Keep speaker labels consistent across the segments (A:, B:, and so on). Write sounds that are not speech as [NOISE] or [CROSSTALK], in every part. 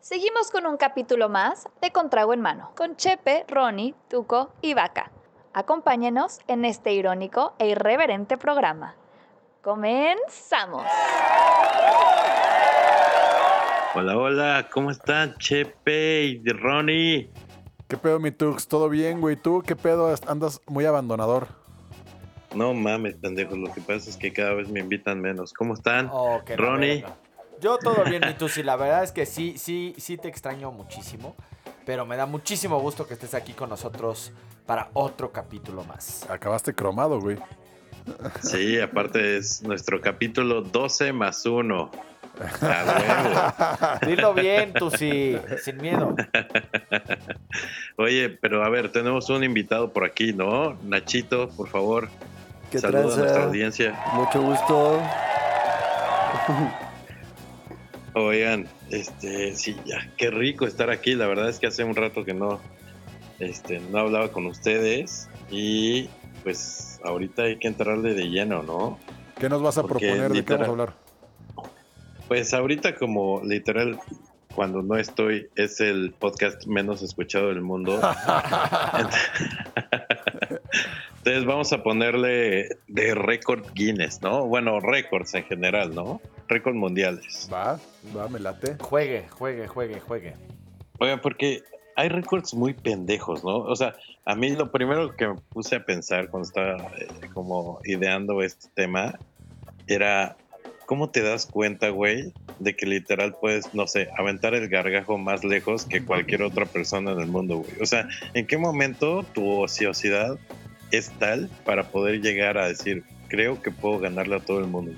A: Seguimos con un capítulo más de Contrago en Mano, con Chepe, Ronnie, Tuco y Vaca. Acompáñenos en este irónico e irreverente programa. ¡Comenzamos!
B: Hola, hola, ¿cómo están Chepe y Ronnie?
C: ¿Qué pedo, mi Tux? ¿Todo bien, güey? ¿Tú qué pedo? Andas muy abandonador.
B: No mames, pendejos, lo que pasa es que cada vez me invitan menos. ¿Cómo están?
D: Oh, qué
B: Ronnie.
D: verga. Yo todo bien, y tú sí, la verdad es que sí, sí, sí te extraño muchísimo. Pero me da muchísimo gusto que estés aquí con nosotros para otro capítulo más.
C: Acabaste cromado, güey.
B: Sí, aparte es nuestro capítulo 12 más Ah, 1. A
D: Dilo bien, tú sí, sin miedo.
B: huevo. Oye, pero a ver, tenemos un invitado por aquí, ¿no? Nachito, por favor,
E: ¿Qué
B: saluda a nuestra
E: tranza?
B: audiencia.
E: Mucho gusto.
B: Oigan, este, sí, ya, qué rico estar aquí. La verdad es que hace un rato que no, este, no hablaba con ustedes y pues ahorita hay que entrarle de lleno, ¿no?
C: ¿Qué nos vas a
B: Porque,
C: proponer? ¿De qué vamos
B: literal-
C: a hablar?
B: Pues ahorita como literal cuando no estoy es el podcast menos escuchado del mundo. Entonces vamos a ponerle de récord Guinness, ¿no? Bueno, récords en general, ¿no? Récords mundiales.
C: Va, va, me late.
D: Juegue, juegue, juegue, juegue.
B: Oigan, porque hay récords muy pendejos, ¿no? O sea, a mí lo primero que me puse a pensar cuando estaba eh, como ideando este tema era, ¿cómo te das cuenta, güey, de que literal puedes, no sé, aventar el gargajo más lejos que cualquier otra persona en el mundo, güey? O sea, ¿en qué momento tu ociosidad es tal para poder llegar a decir, creo que puedo ganarle a todo el mundo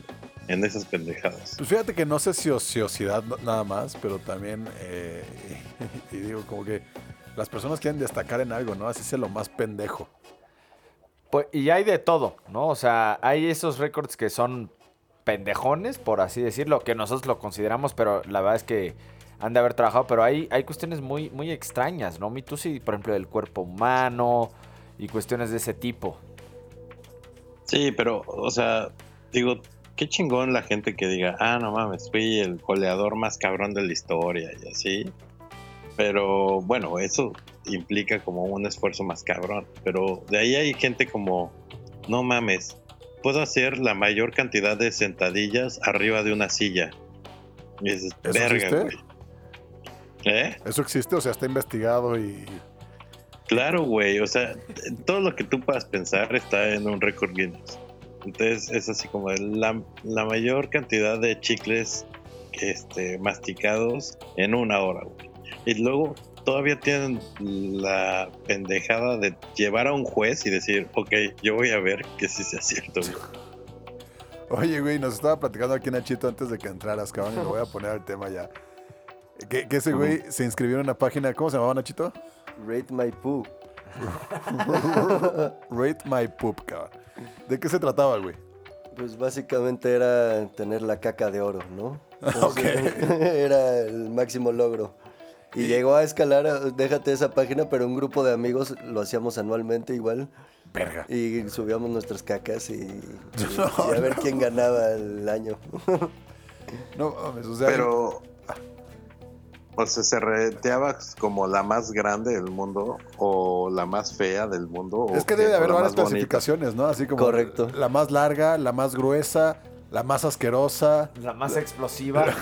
B: en esas pendejadas?
C: Pues fíjate que no sé si ociosidad no- nada más, pero también, eh, [LAUGHS] y digo, como que las personas quieren destacar en algo, ¿no? Así sea lo más pendejo.
D: Pues, y hay de todo, ¿no? O sea, hay esos récords que son pendejones, por así decirlo, que nosotros lo consideramos, pero la verdad es que han de haber trabajado, pero hay, hay cuestiones muy, muy extrañas, ¿no? Tú sí, por ejemplo, del cuerpo humano y cuestiones de ese tipo.
B: Sí, pero, o sea, digo, qué chingón la gente que diga, ah, no mames, fui el goleador más cabrón de la historia y así. Pero bueno, eso implica como un esfuerzo más cabrón. Pero de ahí hay gente como, no mames, puedo hacer la mayor cantidad de sentadillas arriba de una silla. Y dices,
C: ¿Eso
B: verga,
C: existe?
B: güey. ¿Eh?
C: ¿Eso existe? O sea, está investigado y...
B: Claro, güey. O sea, todo lo que tú puedas pensar está en un récord Guinness. Entonces es así como la, la mayor cantidad de chicles este, masticados en una hora, güey. Y luego todavía tienen la pendejada de llevar a un juez y decir, ok, yo voy a ver que sí sea cierto. güey".
C: Oye, güey, nos estaba platicando aquí Nachito antes de que entraras, cabrón, y lo voy a poner al tema ya. Que, que ese güey se inscribió en una página, ¿cómo se llamaba Nachito?
E: Rate my poo.
C: Rate My Poop, cabrón. ¿De qué se trataba, güey?
E: Pues básicamente era tener la caca de oro, ¿no?
C: Ok.
E: [LAUGHS] era el máximo logro. Y llegó a escalar, a- déjate esa página, pero un grupo de amigos lo hacíamos anualmente igual.
C: Verga.
E: Y subíamos nuestras cacas y, y-
C: [LAUGHS]
E: y a ver quién ganaba el año. [LAUGHS]
C: No, mames, o sea,
B: Pero, o sea, se reteaba como la más grande del mundo o la más fea del mundo. o
C: Es que debe de haber
B: o la
C: varias
B: más bonita.
C: clasificaciones, ¿no? Así como
E: Correcto.
C: la más larga, la más gruesa, la más asquerosa.
D: La más explosiva.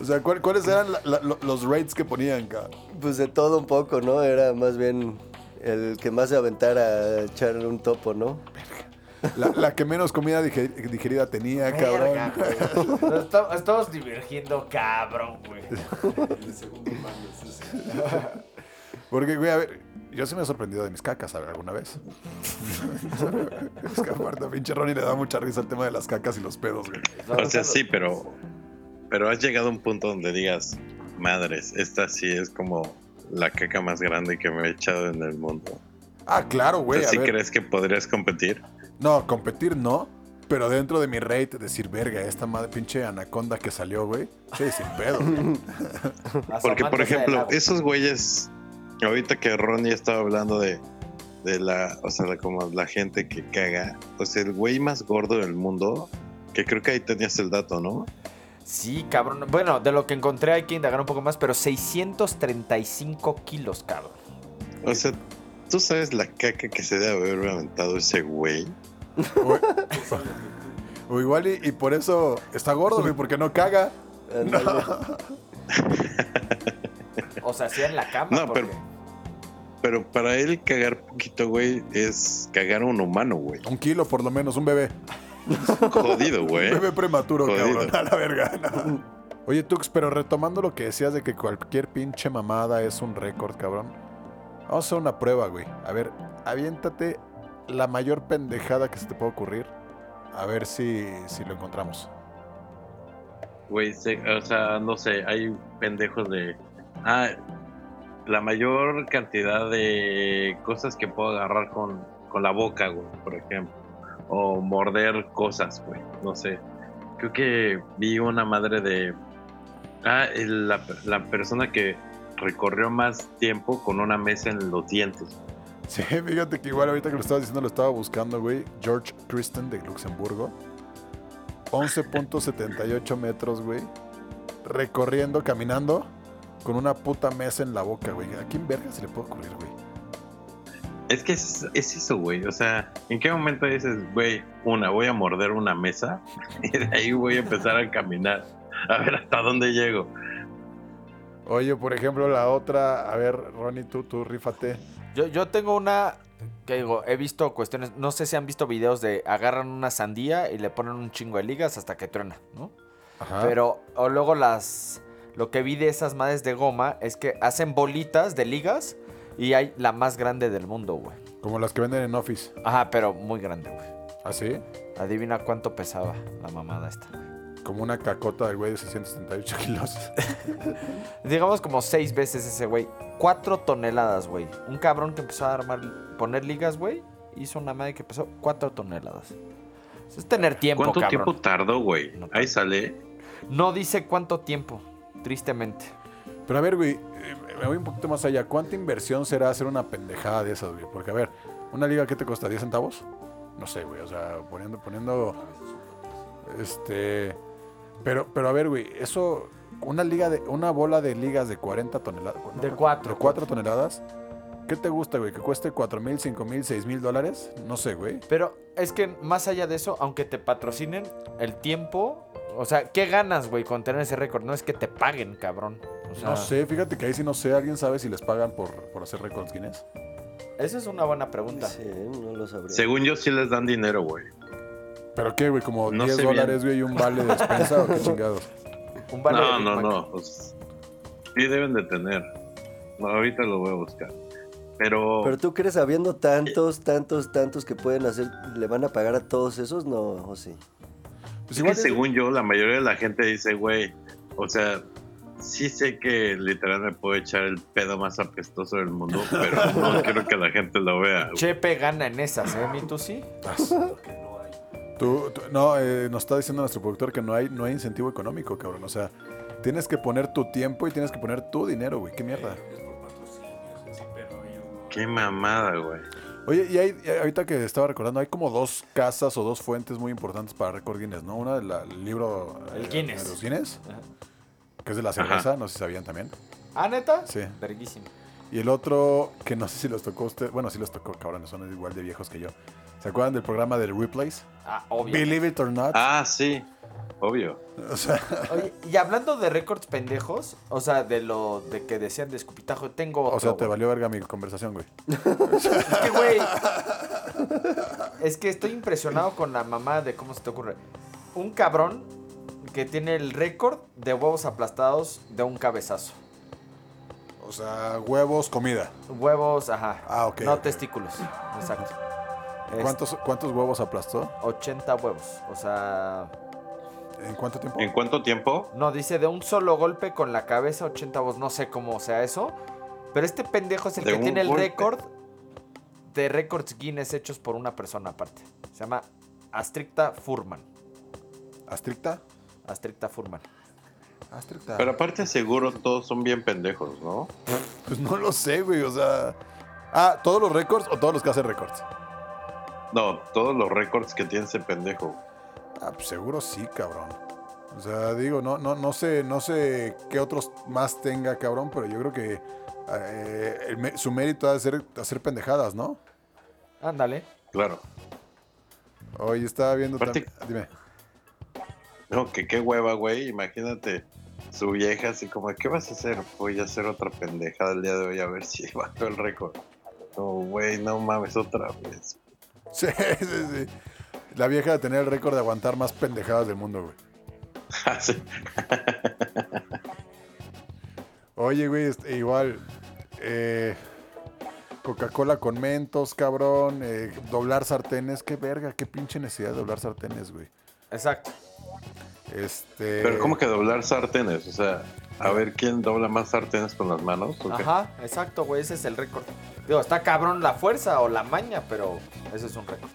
C: O sea, ¿cuál- ¿cuáles eran la- la- lo- los rates que ponían, cabrón?
E: Pues de todo un poco, ¿no? Era más bien el que más se aventara a echar un topo, ¿no?
C: La, la que menos comida dije- digerida tenía, cabrón.
D: Verga, güey. Nos esta- Estamos divergiendo, cabrón, güey.
C: Porque, güey, a ver, yo sí me he sorprendido de mis cacas, ¿sabes? ¿Alguna vez? es que aparte a pinche Ronnie le da mucha risa el tema de las cacas y los pedos, güey.
B: O sea, sí, pero, pero has llegado a un punto donde digas, madres, esta sí es como la caca más grande que me he echado en el mundo.
C: Ah, claro,
B: O sea,
C: güey. a
B: ¿sí
C: ver.
B: crees que podrías competir?
C: No, competir no. Pero dentro de mi rate, decir, verga, esta madre pinche anaconda que salió, güey. Sí, sin pedo. güey.
B: Porque, por ejemplo, esos güeyes, ahorita que Ronnie estaba hablando de, de la, o sea, la- como la gente que caga, o sea, el güey más gordo del mundo, que creo que ahí tenías el dato, ¿no?
D: Sí, cabrón. Bueno, de lo que encontré hay que indagar un poco más, pero 635 kilos, cabrón.
B: O sea, ¿tú sabes la caca que se debe haber aventado ese güey?
C: O igual y, y por eso está gordo, güey, porque no caga.
E: Ándale.
D: O sea, sí en la cama.
B: No,
D: porque-
B: pero- Pero para él cagar poquito, güey, es cagar a un humano, güey.
C: Un kilo por lo menos, un bebé.
B: Jodido,
C: Un
B: güey.
C: bebé prematuro,
B: Eh, Jodido.
C: cabrón. [LAUGHS] A la verga. no. Oye, Tux, pero retomando lo que decías de que cualquier pinche mamada es un récord, cabrón. Vamos a hacer una prueba, güey. A ver, aviéntate la mayor pendejada que se te pueda ocurrir. A ver si, si lo encontramos.
B: Güey, se- o sea, no sé, hay pendejos de... Ah, la mayor cantidad de cosas que puedo agarrar con, con la boca, güey, por ejemplo. O morder cosas, güey, no sé. Creo que vi una madre de... Ah, el- la, la persona que recorrió más tiempo con una mesa en los dientes.
C: Sí, fíjate que igual ahorita que lo estabas diciendo lo estaba buscando, güey. George Christen de Luxemburgo. 11.78 metros, güey. Recorriendo, caminando, con una puta mesa en la boca, güey. ¿A quién verga se le puede ocurrir, güey?
B: Es que es, es eso, güey. O sea, ¿en qué momento dices, güey, una, voy a morder una mesa [LAUGHS] y de ahí voy a empezar a caminar? A ver hasta dónde llego.
C: Oye, por ejemplo, la otra, a ver, Ronnie, tú, tú, rífate.
D: Yo, yo tengo una. Que digo, he visto cuestiones. No sé si han visto videos de agarran una sandía y le ponen un chingo de ligas hasta que truena, ¿no?
C: Ajá.
D: Pero, o luego las. Lo que vi de esas madres de goma es que hacen bolitas de ligas y hay la más grande del mundo, güey.
C: Como las que venden en Office. ¿Ah,
D: Ajá, pero muy grande, güey.
C: ¿Así?
D: Adivina cuánto pesaba la mamada esta.
C: Como una cacota del güey de 678 kilos.
D: Digamos como seis veces ese güey. Cuatro toneladas, güey. Un cabrón que empezó a armar, poner ligas, güey. Hizo una madre que pesó cuatro toneladas. Eso es tener tiempo,
B: ¿Cuánto
D: cabrón.
B: tiempo tardó, güey?
D: No,
B: Ahí
D: cabrón.
B: sale.
D: No dice cuánto tiempo, tristemente.
C: Pero a ver, güey, eh, me voy un poquito más allá. ¿Cuánta inversión será hacer una pendejada de esas, güey? Porque, a ver, ¿una liga que te costa? ¿10 centavos? No sé, güey. O sea, poniendo, poniendo. Este. Pero, pero a ver, güey, eso. Una liga de. Una bola de ligas de 40 toneladas. ¿no?
D: De cuatro.
C: De 4 toneladas. ¿Qué te gusta, güey? ¿Que cueste 4 mil, 5 mil, 6 mil dólares? No sé, güey.
D: Pero es que más allá de eso, aunque te patrocinen, el tiempo. O sea, ¿qué ganas, güey, con tener ese récord? No es que te paguen, cabrón. O sea,
C: No sé, fíjate que ahí sí no sé. ¿Alguien sabe si les pagan por, por hacer récords Guinness?
D: Esa es una buena pregunta.
E: Sí, no lo sabría.
B: Según yo, sí les dan dinero, güey.
C: ¿Pero qué, güey? ¿Como
B: No
C: 10
B: sé
C: dólares, güey, y un vale
D: [LAUGHS]
C: de despensa o qué chingados?
D: Un vale de
B: no,
D: Big
B: no,
D: Mac.
B: no. pues, sí deben de tener. No, ahorita lo voy a buscar. Pero,
E: Pero pues, tú crees, habiendo tantos, tantos, tantos que pueden hacer, ¿le van a pagar a todos esos? No, o sí.
B: es
C: Pues
B: que [LAUGHS]
C: igual-
B: según yo, la mayoría de la gente dice, güey, o sea, sí sé que literal me puedo echar el pedo más apestoso del mundo, pero no quiero que la gente lo vea. güey.
D: Chepe gana en esas, ¿eh? ¿Mi tú sí?
C: Tú- tú- no, eh, nos está diciendo nuestro productor que no hay, no hay incentivo económico, cabrón. O sea, tienes que poner tu tiempo y tienes que poner tu dinero, güey. Qué mierda.
B: Qué mamada, güey.
C: Oye, y hay, y ahorita que estaba recordando, hay como dos casas o dos fuentes muy importantes para récord Guinness, ¿no? Una del libro...
D: El
C: eh,
D: Guinness.
C: de los Guinness.
D: Ajá.
C: Que es de la cerveza, no sé si sabían también.
D: ¿Ah, neta?
C: Sí.
D: Verguísima.
C: Y el otro, que no sé si los tocó a usted. Bueno, sí los tocó, cabrones, son igual de viejos que yo. ¿Se acuerdan del programa del Replays?
D: Ah, obvio.
C: Believe it or not.
B: Ah, sí, obvio.
C: O sea,
D: Oye, y hablando de récords pendejos, o sea, de lo de que decían de escupitajo, tengo otro.
C: o sea, te
D: güey.
C: valió verga mi conversación, güey.
D: Es
C: [LAUGHS]
D: que, güey. Es que estoy impresionado con la mamá de cómo se te ocurre. Un cabrón que tiene el récord de huevos aplastados de un cabezazo.
C: O sea, huevos, comida.
D: Huevos, ajá.
C: Ah, ok,
D: No
C: ok.
D: testículos. Exacto. Es
C: ¿Cuántos, ¿Cuántos huevos aplastó?
D: 80 huevos. O sea.
C: ¿En cuánto tiempo?
B: ¿En cuánto tiempo?
D: No, dice de un solo golpe con la cabeza, 80 voz, no sé cómo sea eso. Pero este pendejo es el
B: De
D: que
B: un
D: tiene el
B: golpe.
D: récord de récords Guinness hechos por una persona aparte. Se llama Astricta Furman.
C: ¿Astricta?
D: Astricta Furman.
C: Astricta.
B: Pero aparte seguro todos son bien pendejos, ¿no?
C: Pues no lo sé, güey. O sea. Ah, ¿todos los récords o todos los que hacen récords?
B: No, todos los récords que tiene ese pendejo.
C: Ah, pues seguro sí, cabrón. O sea, digo, no, no, no sé, no sé qué otros más tenga, cabrón, pero yo creo que eh, el mé- su mérito ha de ser hacer pendejadas, ¿no?
D: Ándale.
B: Claro.
C: Hoy estaba viendo
B: Aparte-
C: también. Dime. [LAUGHS]
B: No, que qué hueva, güey. Imagínate su vieja así como, ¿qué vas a hacer? Voy a hacer otra pendejada el día de hoy a ver si [LAUGHS] bajo el récord. No, güey, no mames otra vez. [LAUGHS]
C: Sí, sí, sí. La vieja de tener el récord de aguantar más pendejadas del mundo, güey.
B: Así.
C: Oye, güey, este, igual. eh, Coca-Cola con mentos, cabrón. eh, doblar sartenes. Qué verga, qué pinche necesidad de doblar sartenes, güey.
D: Exacto.
C: Este.
B: Pero ¿cómo que doblar sartenes? O sea, a ver quién dobla más sartenes con las manos. ¿o qué?
D: Ajá, exacto, güey. Ese es el récord. Digo, está cabrón la fuerza o la maña, pero ese es un récord.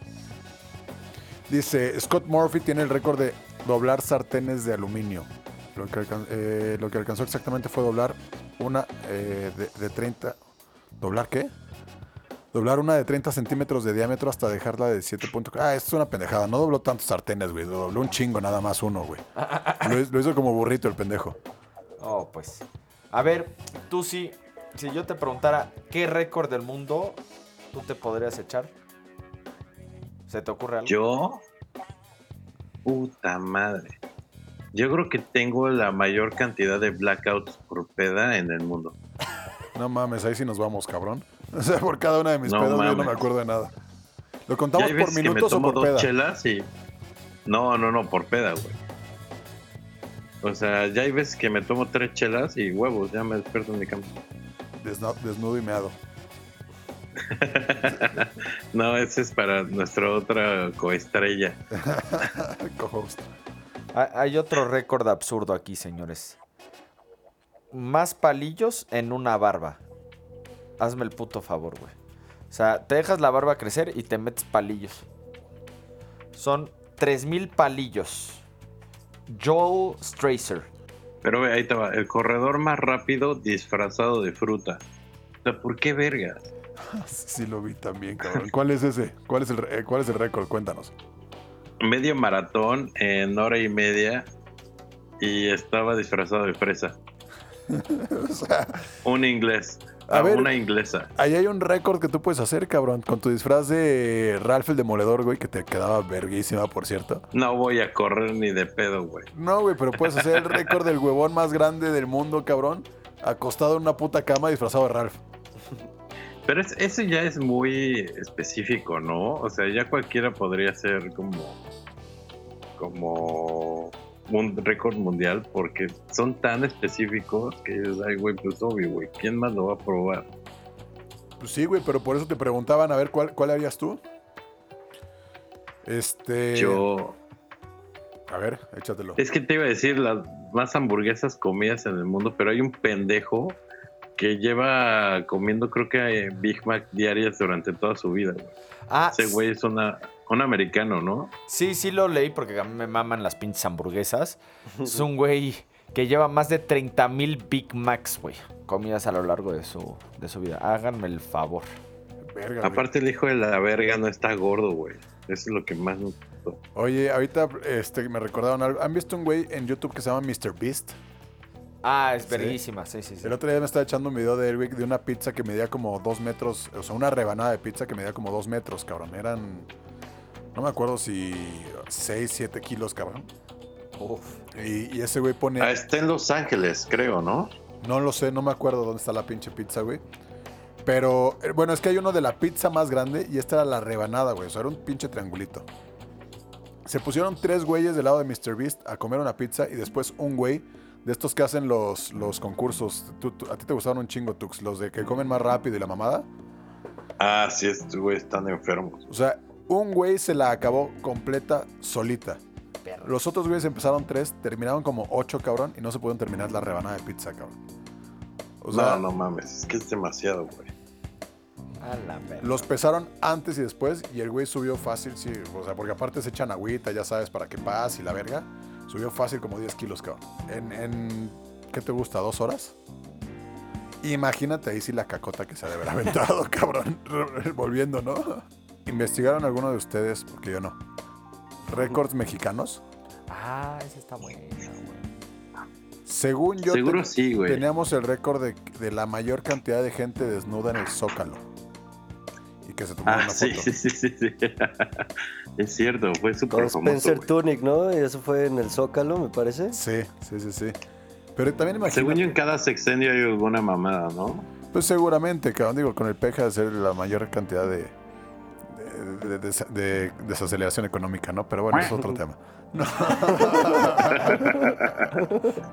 C: Dice, Scott Murphy tiene el récord de doblar sartenes de aluminio. Lo que, alcan- eh, lo que alcanzó exactamente fue doblar una eh, de, de 30... ¿Doblar qué? Doblar una de 30 centímetros de diámetro hasta dejarla de 7.4. Ah, esto es una pendejada. No dobló tantos sartenes, güey. Dobló un chingo nada más uno, güey. Lo, hi- lo hizo como burrito el pendejo.
D: Oh, pues. A ver, tú sí. Si yo te preguntara qué récord del mundo tú te podrías echar, ¿se te ocurre algo?
B: Yo, puta madre. Yo creo que tengo la mayor cantidad de blackouts por peda en el mundo.
C: No mames, ahí sí nos vamos, cabrón. [LAUGHS] O sea, por cada una de mis
B: No
C: pedas yo no
B: mames.
C: me acuerdo de nada.
B: Ya
C: ¿Lo contamos
B: hay
C: por
B: veces que me
C: minutos o
B: tomo
C: por
B: dos
C: peda?
B: chelas y. No, no, no, por peda, güey. O sea, ya hay veces que me tomo tres chelas y huevos, ya me despierto en mi cama. [LAUGHS]
C: Desna- Desnudo y meado. [LAUGHS]
B: No, ese es para nuestra otra coestrella.
C: Co-host.
D: Hay- Hay otro récord absurdo aquí, señores. Más palillos en una barba. Hazme el puto favor, güey. O sea, te dejas la barba crecer y te metes palillos. Son 3000 palillos. Joel Stracer.
B: Pero ve, ahí te va, el corredor más rápido disfrazado de fruta. O sea, ¿por qué verga?
C: Sí lo vi también, cabrón. ¿Cuál es ese? ¿Cuál es el, eh, cuál es el récord? Cuéntanos.
B: Medio maratón en hora y media y estaba disfrazado de fresa.
C: [LAUGHS] O sea,
B: Un inglés.
C: A
B: Ah,
C: ver.
B: Una inglesa.
C: ahí hay un récord que tú puedes hacer, cabrón, con tu disfraz de Ralph el Demoledor, güey, que te quedaba verguísima, por cierto.
B: No voy a correr ni de pedo, güey.
C: No, güey, pero puedes hacer el récord del huevón más grande del mundo, cabrón, acostado en una puta cama disfrazado de Ralph.
B: Pero es- eso ya es muy específico, ¿no? O sea, ya cualquiera podría ser como, como un récord mundial porque son tan específicos que dices, ay, güey, pues obvio, güey, ¿quién más lo va a probar?
C: Pues sí, güey, pero por eso te preguntaban, a ver, ¿cuál, cuál harías tú? Este.
B: Yo, Eh,
C: A ver, échatelo.
B: es que te iba a decir las más hamburguesas comidas en el mundo, pero hay un pendejo que lleva comiendo, creo que eh, Big Mac diarias durante toda su vida. güey.
D: Ah,
B: Ese güey es una, un americano, ¿no?
D: sí, sí lo leí porque a mí me maman las pinches hamburguesas. Es un güey que lleva más de 30.000 Big Macs, güey. Comidas a lo largo de su, de su vida. Háganme el favor.
C: Verga, güey.
B: Aparte el hijo de la verga no está gordo, güey. Eso es lo que más... me-
C: Oye, ahorita este, me recordaron algo. ¿Han visto un güey en YouTube que se llama Mr. Beast?
D: Ah, es
C: Sí.
D: verguísima, sí, sí, sí.
C: El otro día me estaba echando un video de Erwick de una pizza que medía como dos metros, o sea, una rebanada de pizza que medía como dos metros, cabrón. Eran, no me acuerdo si 6, 7 kilos, cabrón.
D: Uf.
C: Y, y ese güey pone,
B: Ah, está en Los Ángeles, creo, ¿no?
C: no lo sé, no me acuerdo dónde está la pinche pizza, güey. Pero, eh, bueno, es que hay uno de la pizza más grande y esta era la rebanada, güey. O sea, era un pinche triangulito. Se pusieron tres güeyes del lado de Mr. Beast a comer una pizza y después un güey de estos que hacen los, los concursos. Tú- tú- a ti te gustaron un chingo, Tux, los de que comen más rápido y la mamada.
B: Ah, sí, estos güeyes están enfermos.
C: O sea, un güey se la acabó completa solita. Los otros güeyes empezaron tres, terminaron como ocho, cabrón, y no se pudieron terminar la rebanada de pizza, cabrón. O sea,
B: no, no mames, es que es demasiado, güey.
D: A la verga.
C: los pesaron antes y después, y el güey subió fácil, sí, o sea, porque aparte se echan agüita, ya sabes, para que pase y la verga. Subió fácil como 10 kilos, cabrón. En, en ¿qué te gusta? ¿Dos horas? Imagínate ahí si la cacota que se ha de haber [LAUGHS] aventado, cabrón. Volviendo, ¿no? ¿Investigaron alguno de ustedes? Porque yo no. ¿Récords mexicanos?
D: Ah, esa está buena, güey.
C: Según yo,
B: Seguro
C: ten-
B: sí, güey.
C: teníamos el récord de, de la mayor cantidad de gente desnuda en el Zócalo. Y que se tomó
B: Ah,
C: una
B: sí,
C: foto.
B: sí, sí, sí, sí. [LAUGHS] es cierto, fue
E: Con
B: súper famoso.
E: Spencer
B: güey.
E: Tunic, ¿no? Y eso fue en el Zócalo, me parece.
C: Sí, sí, sí, sí. Pero también
B: Según yo,
C: imagínate,
B: en cada sexenio hay alguna mamada, ¿no?
C: pues seguramente, cabrón, digo, con el peja de ser la mayor cantidad de, de, de- de- de desaceleración económica, ¿no? Pero bueno, es otro tema.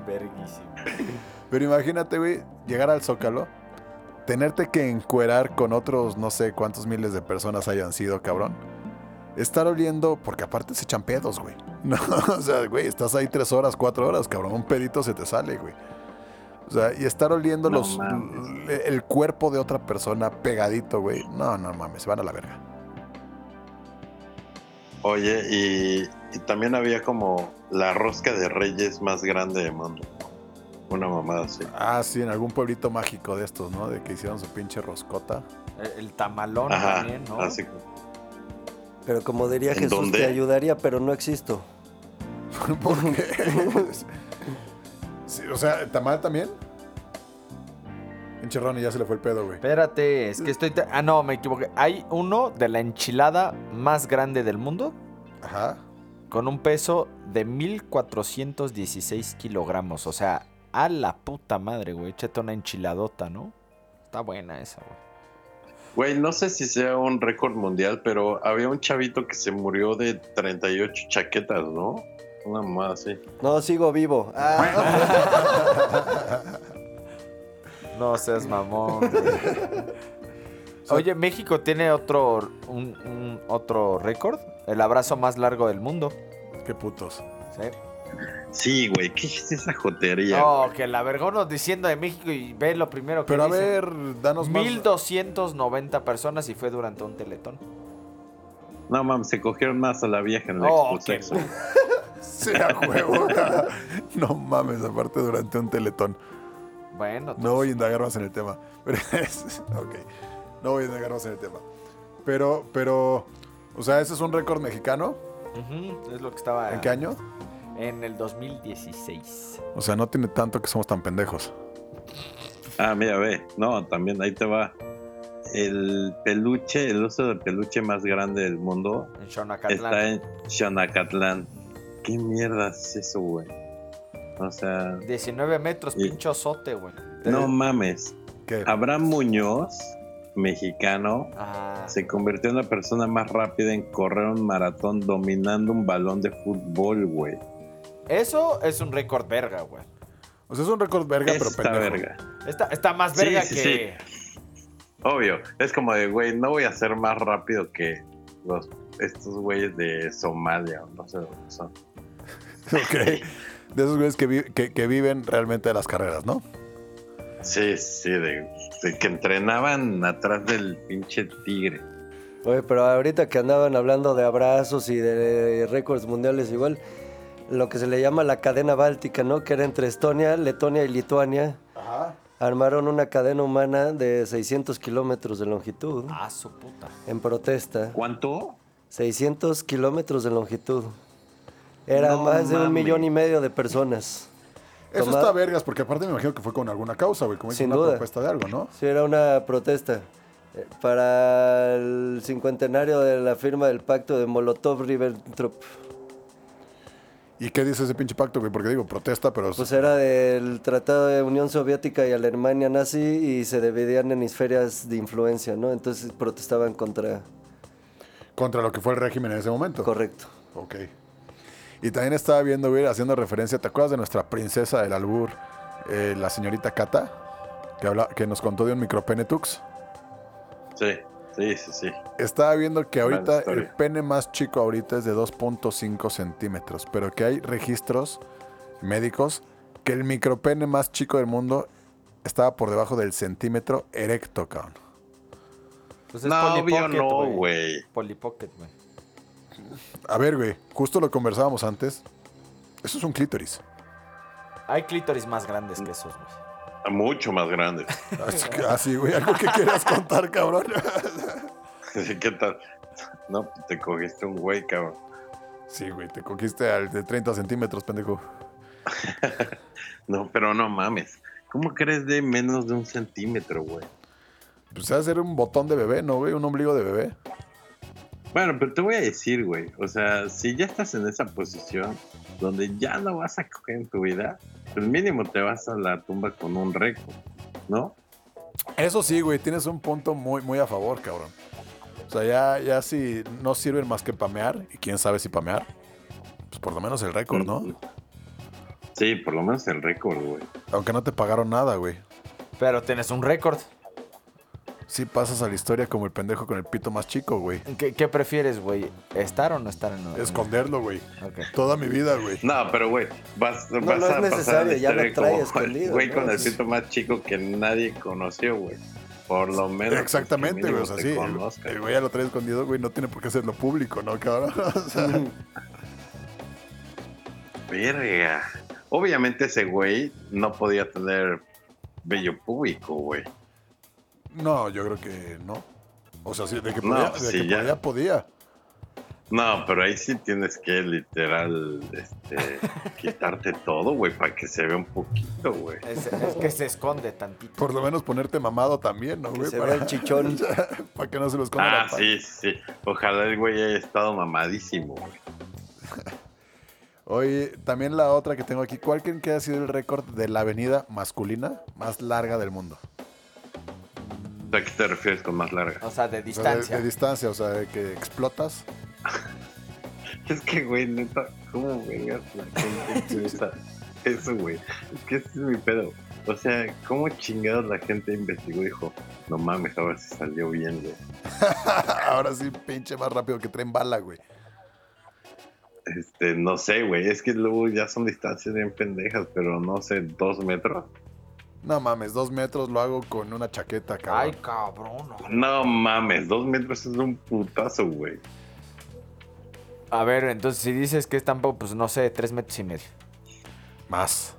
D: Verguísimo.
C: Pero imagínate, güey, llegar al Zócalo, tenerte que encuerar con otros no sé cuántos miles de personas hayan sido, cabrón. Estar oliendo, porque aparte se echan pedos, güey. [LAUGHS] No, o sea, güey, estás ahí tres horas, cuatro horas, cabrón. Un pedito se te sale, güey. O sea, y estar oliendo
B: No
C: los,
B: mames.
C: l- el cuerpo de otra persona pegadito, güey. No, no mames, se van a la verga.
B: Oye, y, y también había como la rosca de reyes más grande del mundo. Una mamada así.
C: Ah, sí, en algún pueblito mágico de estos, ¿no? De que hicieron su pinche roscota.
D: El, el tamalón
B: Ajá,
D: también, ¿no?
B: así como-
E: Pero como diría
B: ¿En
E: Jesús,
B: dónde?
E: te ayudaría, pero no existo.
C: ¿Por qué? Sí, o sea, ¿tamal también? Pinche Ronnie, ya se le fue el pedo, güey.
D: Espérate, es que estoy... te- Ah, no, me equivoqué. Hay uno de la enchilada más grande del mundo
C: Ajá.
D: con un peso de 1416 kilogramos. O sea, a la puta madre, güey. Échate una enchiladota, ¿no? Está buena esa, güey.
B: Güey, no sé si sea un récord mundial, pero había un chavito que se murió de 38 chaquetas, ¿no? Una mamada así.
E: No, sigo vivo. Ah, [LAUGHS]
D: No seas mamón. güey. [LAUGHS] Oye, México tiene otro, un, un otro récord. El abrazo más largo del mundo.
C: Qué putos.
D: ¿sí?
B: Sí, güey, ¿qué es esa jotería?
D: No, que la vergonos diciendo de México y ve lo primero que
C: Pero a
D: dice.
C: ver, danos más.
D: 1290 personas y fue durante un teletón.
B: No mames, se cogieron más a la vieja en la
D: Oh,
B: Exposex,
D: qué-
B: güey.
C: Sea huevo. no mames, aparte durante un teletón.
D: Bueno, pues,
C: No voy a indagar más en el tema. Pero es- ok. No voy a indagar más en el tema. Pero, pero. O sea, ese es un récord mexicano.
D: ujú, es lo que estaba
C: ¿En qué año?
D: en el 2016.
C: O sea, no tiene tanto que somos tan pendejos.
B: Ah, mira, ve. No, también ahí te va. El peluche, el oso de peluche más grande del mundo
D: En
B: está
D: Xonacatlán.
B: en Xanacatlán. ¿Qué mierda es eso, güey? O sea,
D: 19 metros,
B: Y-
D: pincho sote, güey.
B: no mames.
C: ¿Qué?
B: Abraham Muñoz, mexicano,
D: Ah,
B: se convirtió en la persona más rápida en correr un maratón dominando un balón de fútbol, güey.
D: Eso es un récord verga, güey.
C: O sea, es un récord verga, pero
B: Esta
C: pendejo.
B: verga.
D: Está, está más
B: Sí,
D: verga
B: sí,
D: que.
B: Obvio, es como de, güey, no voy a ser más rápido que los estos güeyes de Somalia, no sé dónde son.
C: Ok. De esos güeyes que, vi- que- que viven realmente de las carreras, ¿no?
B: Sí, sí, de, de que entrenaban atrás del pinche tigre.
E: Oye, pero ahorita que andaban hablando de abrazos y de récords mundiales, igual lo que se le llama la cadena báltica, ¿no? Que era entre Estonia, Letonia y Lituania.
C: Ajá.
E: Armaron una cadena humana de 600 kilómetros de longitud
D: Ah, su puta.
E: en protesta.
B: ¿Cuánto?
E: 600 kilómetros de longitud. Era
B: No
E: más de un
B: mames.
E: millón y medio de personas.
C: Eso
E: Tomar-
C: está vergas, porque aparte me imagino que fue con alguna causa, güey. Como dice,
E: Sin
C: una
E: duda.
C: propuesta de algo, ¿no?
E: Sí, era una protesta eh, para el cincuentenario de la firma del pacto de Molotov-Ribbentrop.
C: ¿Y qué dice ese pinche pacto, güey? Porque digo, protesta, pero.
E: Pues era del Tratado de Unión Soviética y Alemania nazi y se dividían en esferas de influencia, ¿no? Entonces protestaban contra...
C: Contra lo que fue el régimen en ese momento.
E: Correcto.
C: Ok. Y también estaba viendo, güey, haciendo referencia, ¿te acuerdas de nuestra princesa del albur, eh, la señorita Cata? Que, habla, que nos contó de un micropenetux.
B: Sí, sí, sí, sí.
C: Estaba viendo que ahorita
B: historia.
C: el pene más chico ahorita es de 2.5 centímetros, pero que hay registros médicos que el micropene más chico del mundo estaba por debajo del centímetro erecto, cabrón.
D: Pues es
B: No, obvio
D: Polypocket,
B: no, güey.
D: Polipocket, güey.
C: A ver, güey, justo lo conversábamos antes. Eso es un clítoris.
D: Hay clítoris más grandes que esos, güey.
B: Mucho más grande. [LAUGHS]
C: Así, que- así, güey, algo que quieras contar, cabrón. [LAUGHS]
B: ¿Qué tal? No, te cogiste un güey, cabrón.
C: Sí, güey, te cogiste al de 30 centímetros, pendejo.
B: No, pero no mames. ¿Cómo crees de menos de un centímetro, güey?
C: Pues se va a hacer un botón de bebé, ¿no, güey? Un ombligo de bebé.
B: Bueno, pero te voy a decir, güey. O sea, si ya estás en esa posición donde ya no vas a coger en tu vida, pues mínimo te vas a la tumba con un récord, ¿no?
C: Eso sí, güey, tienes un punto muy, muy a favor, cabrón. O sea, ya, ya si no sirven más que pamear, y quién sabe si pamear, pues por lo menos el récord, ¿no?
B: Mm. Sí, por lo menos el récord, güey.
C: Aunque no te pagaron nada, güey.
D: Pero tienes un récord.
C: Sí pasas a la historia como el pendejo con el pito más chico, güey.
D: ¿Qué, qué prefieres, güey? ¿Estar o no estar en un
C: Esconderlo, güey.
D: Ok.
C: Toda mi vida, güey.
B: No, pero güey, vas,
E: No,
B: vas
E: no es
B: a pasar
E: necesario,
B: la
E: ya lo
B: historia
E: trae
B: como
E: escondido,
B: Güey, con
E: ¿no?
B: el pito más chico que nadie conoció, güey. Por lo menos.
C: Exactamente,
B: que
C: güey.
B: mínimo
C: O sea,
B: te
C: sí. eh,
B: conozcan.
C: el- El güey ya lo trae escondido, güey. No tiene por qué hacerlo público, ¿no, cabrón? [LAUGHS] O sea,
B: Verga. Obviamente ese güey no podía tener bello público, güey.
C: no, yo creo que no. O sea, sí, de que
B: No, pues
C: podía, de
B: sí,
C: que
B: ya.
C: podía, podía.
B: No, pero ahí sí tienes que literal este, quitarte todo, güey, para que se vea un poquito, güey.
D: Es, es que se esconde tantito.
C: Por lo menos ponerte mamado también, ¿no,
E: Que
C: güey?
E: se vea
C: [LAUGHS]
E: el chichón.
C: para que no se los coman.
B: Ah, sí, sí. Ojalá el güey haya estado mamadísimo, güey.
C: Oye, también la otra que tengo aquí. ¿Cuál creen que ha sido el récord de la avenida masculina más larga del mundo?
B: ¿A qué te refieres con más larga? [LAUGHS]
D: O sea, de
C: O sea, de-
D: distancia.
C: de, distancia, o sea, de que explotas. [LAUGHS]
B: Es que, güey, neta, ¿cómo vengas la gente piensa eso, güey? Es que ese es mi pedo. O sea, ¿cómo chingados la gente investigó y dijo, no mames, ahora sí salió bien, güey?
C: Ahora sí, pinche más rápido que tren bala, güey.
B: Este, no sé, güey. Es que luego ya son distancias bien pendejas, pero no sé, dos metros.
C: No mames, dos metros lo hago con una chaqueta, cabrón.
D: Ay, cabrón. no.
B: No mames, dos metros es un putazo, güey.
D: A ver, entonces si dices que es tampoco, pues no sé, tres metros y medio.
C: Más.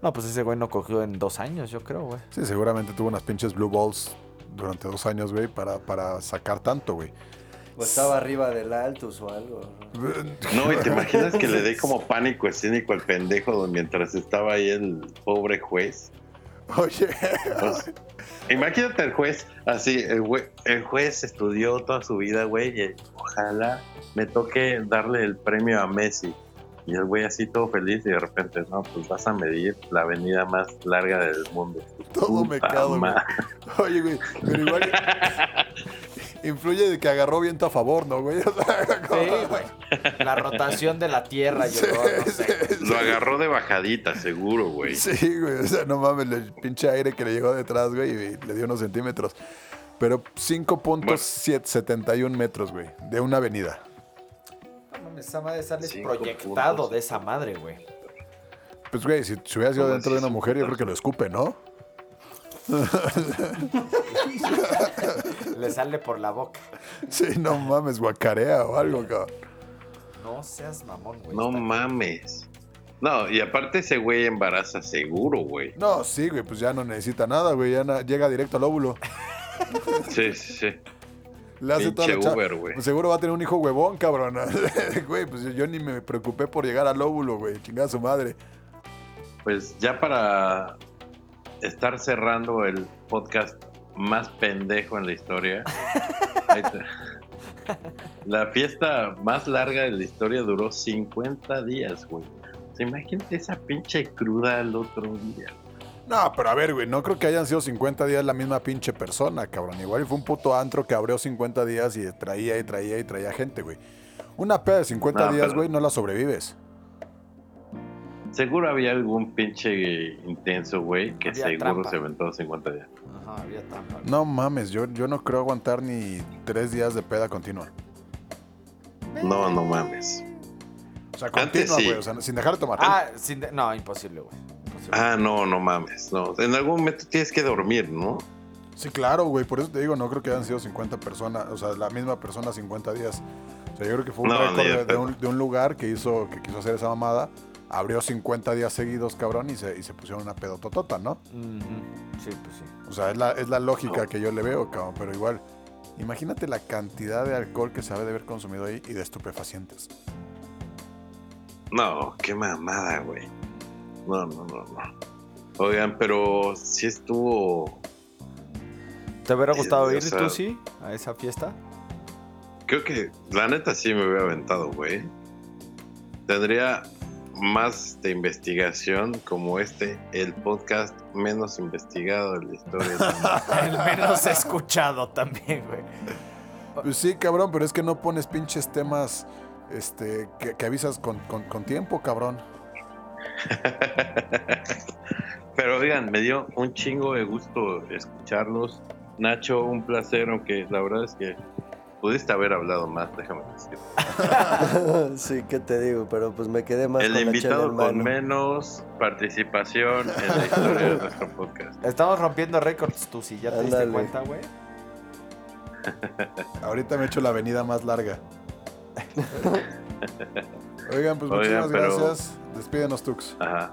D: No, pues ese güey no cogió en dos años, yo creo, güey.
C: Sí, seguramente tuvo unas pinches blue balls durante dos años, güey, para, para sacar tanto, güey. [LAUGHS]
E: O estaba arriba del Altus o algo. ¿no?
B: No, y te imaginas que le dé como pánico escénico al pendejo don- mientras estaba ahí el pobre juez.
C: Oye,
B: O sea, imagínate el juez, así, el, güe- el juez estudió toda su vida, güey, y ojalá me toque darle el premio a Messi. Y el güey así todo feliz y de repente, no, pues vas a medir la avenida más larga del mundo.
C: todo me
B: Puta
C: cago, güey.
B: madre.
C: [LAUGHS] Oye, güey, pero
B: [LAUGHS]
C: igual. influye de que agarró viento a favor, ¿no, güey? [LAUGHS] O sea, como-
D: [LAUGHS] Sí, güey. La rotación de la Tierra llegó, no [LAUGHS] sé.
B: Lo agarró de bajadita, seguro, güey.
C: Sí, güey, o sea, no mames, el pinche aire que le llegó detrás, güey, y le dio unos centímetros. Pero 5.71 metros, güey, de una avenida.
D: No mames, esa madre sales
B: Cinco
D: proyectado
B: puntos.
D: de esa madre, güey.
C: Pues, güey, si, si hubiera sido
B: Como
C: dentro
B: si
C: de una
B: su-
C: mujer, yo creo que lo escupe, ¿no? [LAUGHS]
D: Le sale por la boca.
C: Sí, no mames, guacarea o algo, cabrón.
D: No seas mamón, güey.
B: No
D: Está-
B: mames. No, y aparte ese güey embaraza seguro, güey.
C: No, sí, güey, pues ya no necesita nada, güey, ya na- llega directo al óvulo.
B: Sí, sí, sí.
C: Le hace toda la
B: Pinche
C: cha-
B: Uber, güey.
C: Pues seguro va a tener un hijo huevón, cabrón. [LAUGHS] güey, pues yo ni me preocupé por llegar al óvulo, güey, chingada su madre.
B: Pues ya para estar cerrando el podcast más pendejo en la
C: [LAUGHS]
B: historia. ahí te- la fiesta más larga de la historia duró 50 días, güey. O sea, imagínate esa pinche cruda al otro día.
C: No, pero a ver, güey, no creo que hayan sido 50 días la misma pinche persona, cabrón. Igual fue un puto antro que abrió 50 días y traía y traía y traía gente, güey. Una peda de 50
B: No,
C: días,
B: pero-
C: güey, no la sobrevives.
B: Seguro había algún pinche intenso, güey, que
D: Había
B: seguro
D: trampa.
B: se aventó 50 días.
D: Ajá, había trampa.
C: No mames, yo, yo no creo aguantar ni tres días de peda continua.
B: No, no mames.
C: O sea,
B: Antes
C: continua,
B: sí.
C: güey, o sea, sin dejar de tomar.
D: Ah, sin de- no, imposible, güey. Imposible.
B: Ah, no, no mames. No, en algún momento tienes que dormir, ¿no?
C: Sí, claro, güey, por eso te digo, no creo que hayan sido 50 personas, o sea, la misma persona 50 días. O sea, yo creo que fue un
B: No,
C: récord
B: ni de
C: de, de
B: pedo.
C: un, de un lugar que hizo, que quiso hacer esa mamada, abrió 50 días seguidos, cabrón, y se, y se pusieron una pedototota, ¿no?
D: Ujú. Sí, pues sí.
C: O sea, es la, es la lógica que yo le veo, cabrón, pero igual. Imagínate la cantidad de alcohol que se ha de haber consumido ahí y de estupefacientes.
B: No, qué mamada, güey. No, no, no, no. Oigan, pero sí estuvo.
D: ¿Te hubiera
B: Sí,
D: gustado
B: o
D: ir
B: sea-
D: tú, sí, a esa fiesta? [LAUGHS]
B: Creo que la neta sí me hubiera aventado, güey. Tendría más de investigación como este, el podcast menos investigado de la historia.
D: [LAUGHS]
B: del mundo.
D: El menos escuchado también, güey.
C: Pues sí, cabrón, pero es que no pones pinches temas este, que, que avisas con, con- con tiempo, cabrón.
B: [LAUGHS] Pero oigan, me dio un chingo de gusto escucharlos. Nacho, un placer, aunque la verdad es que pudiste haber hablado más, déjame decir.
E: [LAUGHS] sí, ¿qué te digo? Pero pues me quedé más
B: El
E: con la chela
B: invitado
E: en
B: con
E: mano.
B: menos participación en la historia de nuestro podcast.
D: Estamos rompiendo récords, tú, sí, ya te diste
E: Ándale.
D: cuenta, güey.
C: Ahorita me he hecho la avenida más
B: [LAUGHS]
C: larga. Oigan, pues
B: Oigan,
C: muchísimas
B: pero-
C: gracias. Despídenos, Tux.
B: Ajá.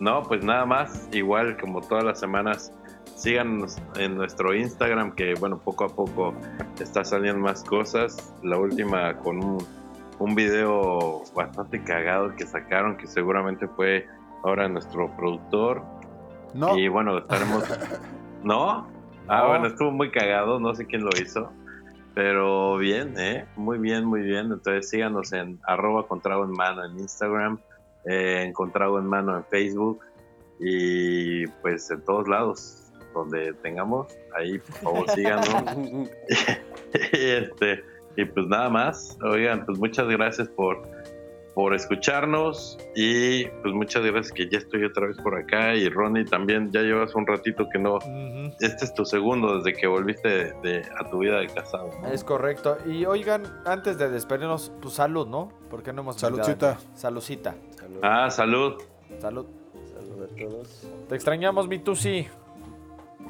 B: No, pues nada más, igual como todas las semanas, síganos en nuestro Instagram, que bueno, poco a poco está saliendo más cosas. La última con un, un video bastante cagado que sacaron, que seguramente fue ahora nuestro productor.
C: No,
B: Y bueno, estaremos. ¿No? Ah,
D: No.
B: bueno, estuvo muy cagado, no sé quién lo hizo. Pero bien, ¿eh? Muy bien, muy bien. Entonces síganos en arroba con trago en mano en Instagram, eh, en con trago en mano en Facebook y pues en todos lados donde tengamos. Ahí, por favor, síganos. [LAUGHS] y, este, y pues nada más. Oigan, pues muchas gracias por, por escucharnos. Y pues muchas gracias que ya estoy otra vez por acá. Y Ronnie también, ya llevas un ratito que no.
D: Ujú.
B: Este es tu segundo desde que volviste de, de- a tu vida de casado. ¿no?
D: Es correcto. Y oigan, antes de despedirnos, tu salud, ¿no? Porque no hemos olvidado?
C: Saludcita.
D: Saludcita.
E: Salud,
B: Ah, salud.
D: Salud.
E: salud a todos.
D: Te extrañamos, mi Tusi.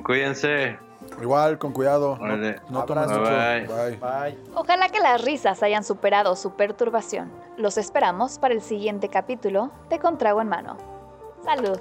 B: Cuídense.
C: igual, con cuidado. No,
B: Órale.
C: no tomes
D: Abrazo.
C: mucho.
B: Bye.
C: Bye.
D: Bye.
A: Ojalá que las risas hayan superado su perturbación. Los esperamos para el siguiente capítulo de Contrago en Mano. Salud.